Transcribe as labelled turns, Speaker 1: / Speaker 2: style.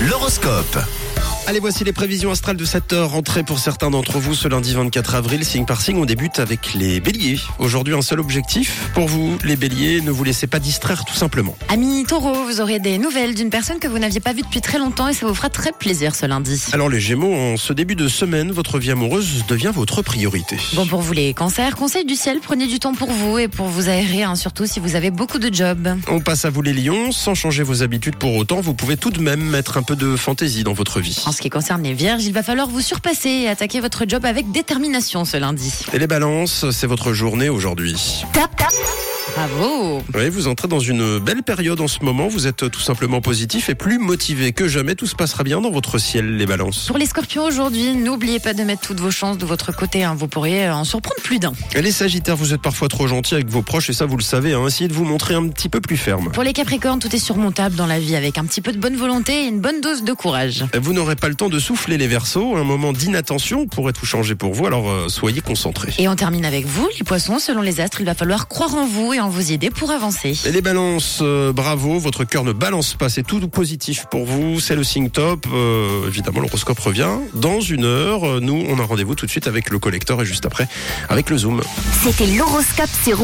Speaker 1: L'horoscope.
Speaker 2: Allez, voici les prévisions astrales de cette heure. Rentrée pour certains d'entre vous ce lundi 24 avril. Signe par signe, on débute avec les béliers. Aujourd'hui, un seul objectif pour vous, les béliers. Ne vous laissez pas distraire, tout simplement.
Speaker 3: Amis taureaux, vous aurez des nouvelles d'une personne que vous n'aviez pas vue depuis très longtemps et ça vous fera très plaisir ce lundi.
Speaker 2: Alors, les gémeaux, en ce début de semaine, votre vie amoureuse devient votre priorité.
Speaker 3: Bon pour vous les cancers, conseil du ciel, prenez du temps pour vous et pour vous aérer, hein, surtout si vous avez beaucoup de jobs.
Speaker 2: On passe à vous, les lions. Sans changer vos habitudes pour autant, vous pouvez tout de même mettre un peu de fantaisie dans votre vie.
Speaker 3: En ce qui concerne les vierges, il va falloir vous surpasser et attaquer votre job avec détermination ce lundi.
Speaker 2: Et les balances, c'est votre journée aujourd'hui.
Speaker 3: Tap, tap. Bravo
Speaker 2: Oui, vous entrez dans une belle période en ce moment. Vous êtes tout simplement positif et plus motivé que jamais. Tout se passera bien dans votre ciel, les balances.
Speaker 3: Pour les scorpions aujourd'hui, n'oubliez pas de mettre toutes vos chances de votre côté, hein, vous pourriez en surprendre plus d'un.
Speaker 2: Et les Sagittaires, vous êtes parfois trop gentil avec vos proches et ça vous le savez, hein. essayez de vous montrer un petit peu plus ferme.
Speaker 3: Pour les capricornes, tout est surmontable dans la vie avec un petit peu de bonne volonté et une bonne dose de courage.
Speaker 2: Vous n'aurez pas le temps de souffler les versos, un moment d'inattention pourrait tout changer pour vous, alors euh, soyez concentrés.
Speaker 3: Et on termine avec vous, les poissons, selon les astres, il va falloir croire en vous et en vous aider pour avancer.
Speaker 2: Et les balances, euh, bravo, votre cœur ne balance pas, c'est tout positif pour vous, c'est le signe top. Euh, évidemment, l'horoscope revient dans une heure. Euh, Nous, on a rendez-vous tout de suite avec le collector et juste après avec le zoom.
Speaker 4: C'était l'horoscope sur Rouge.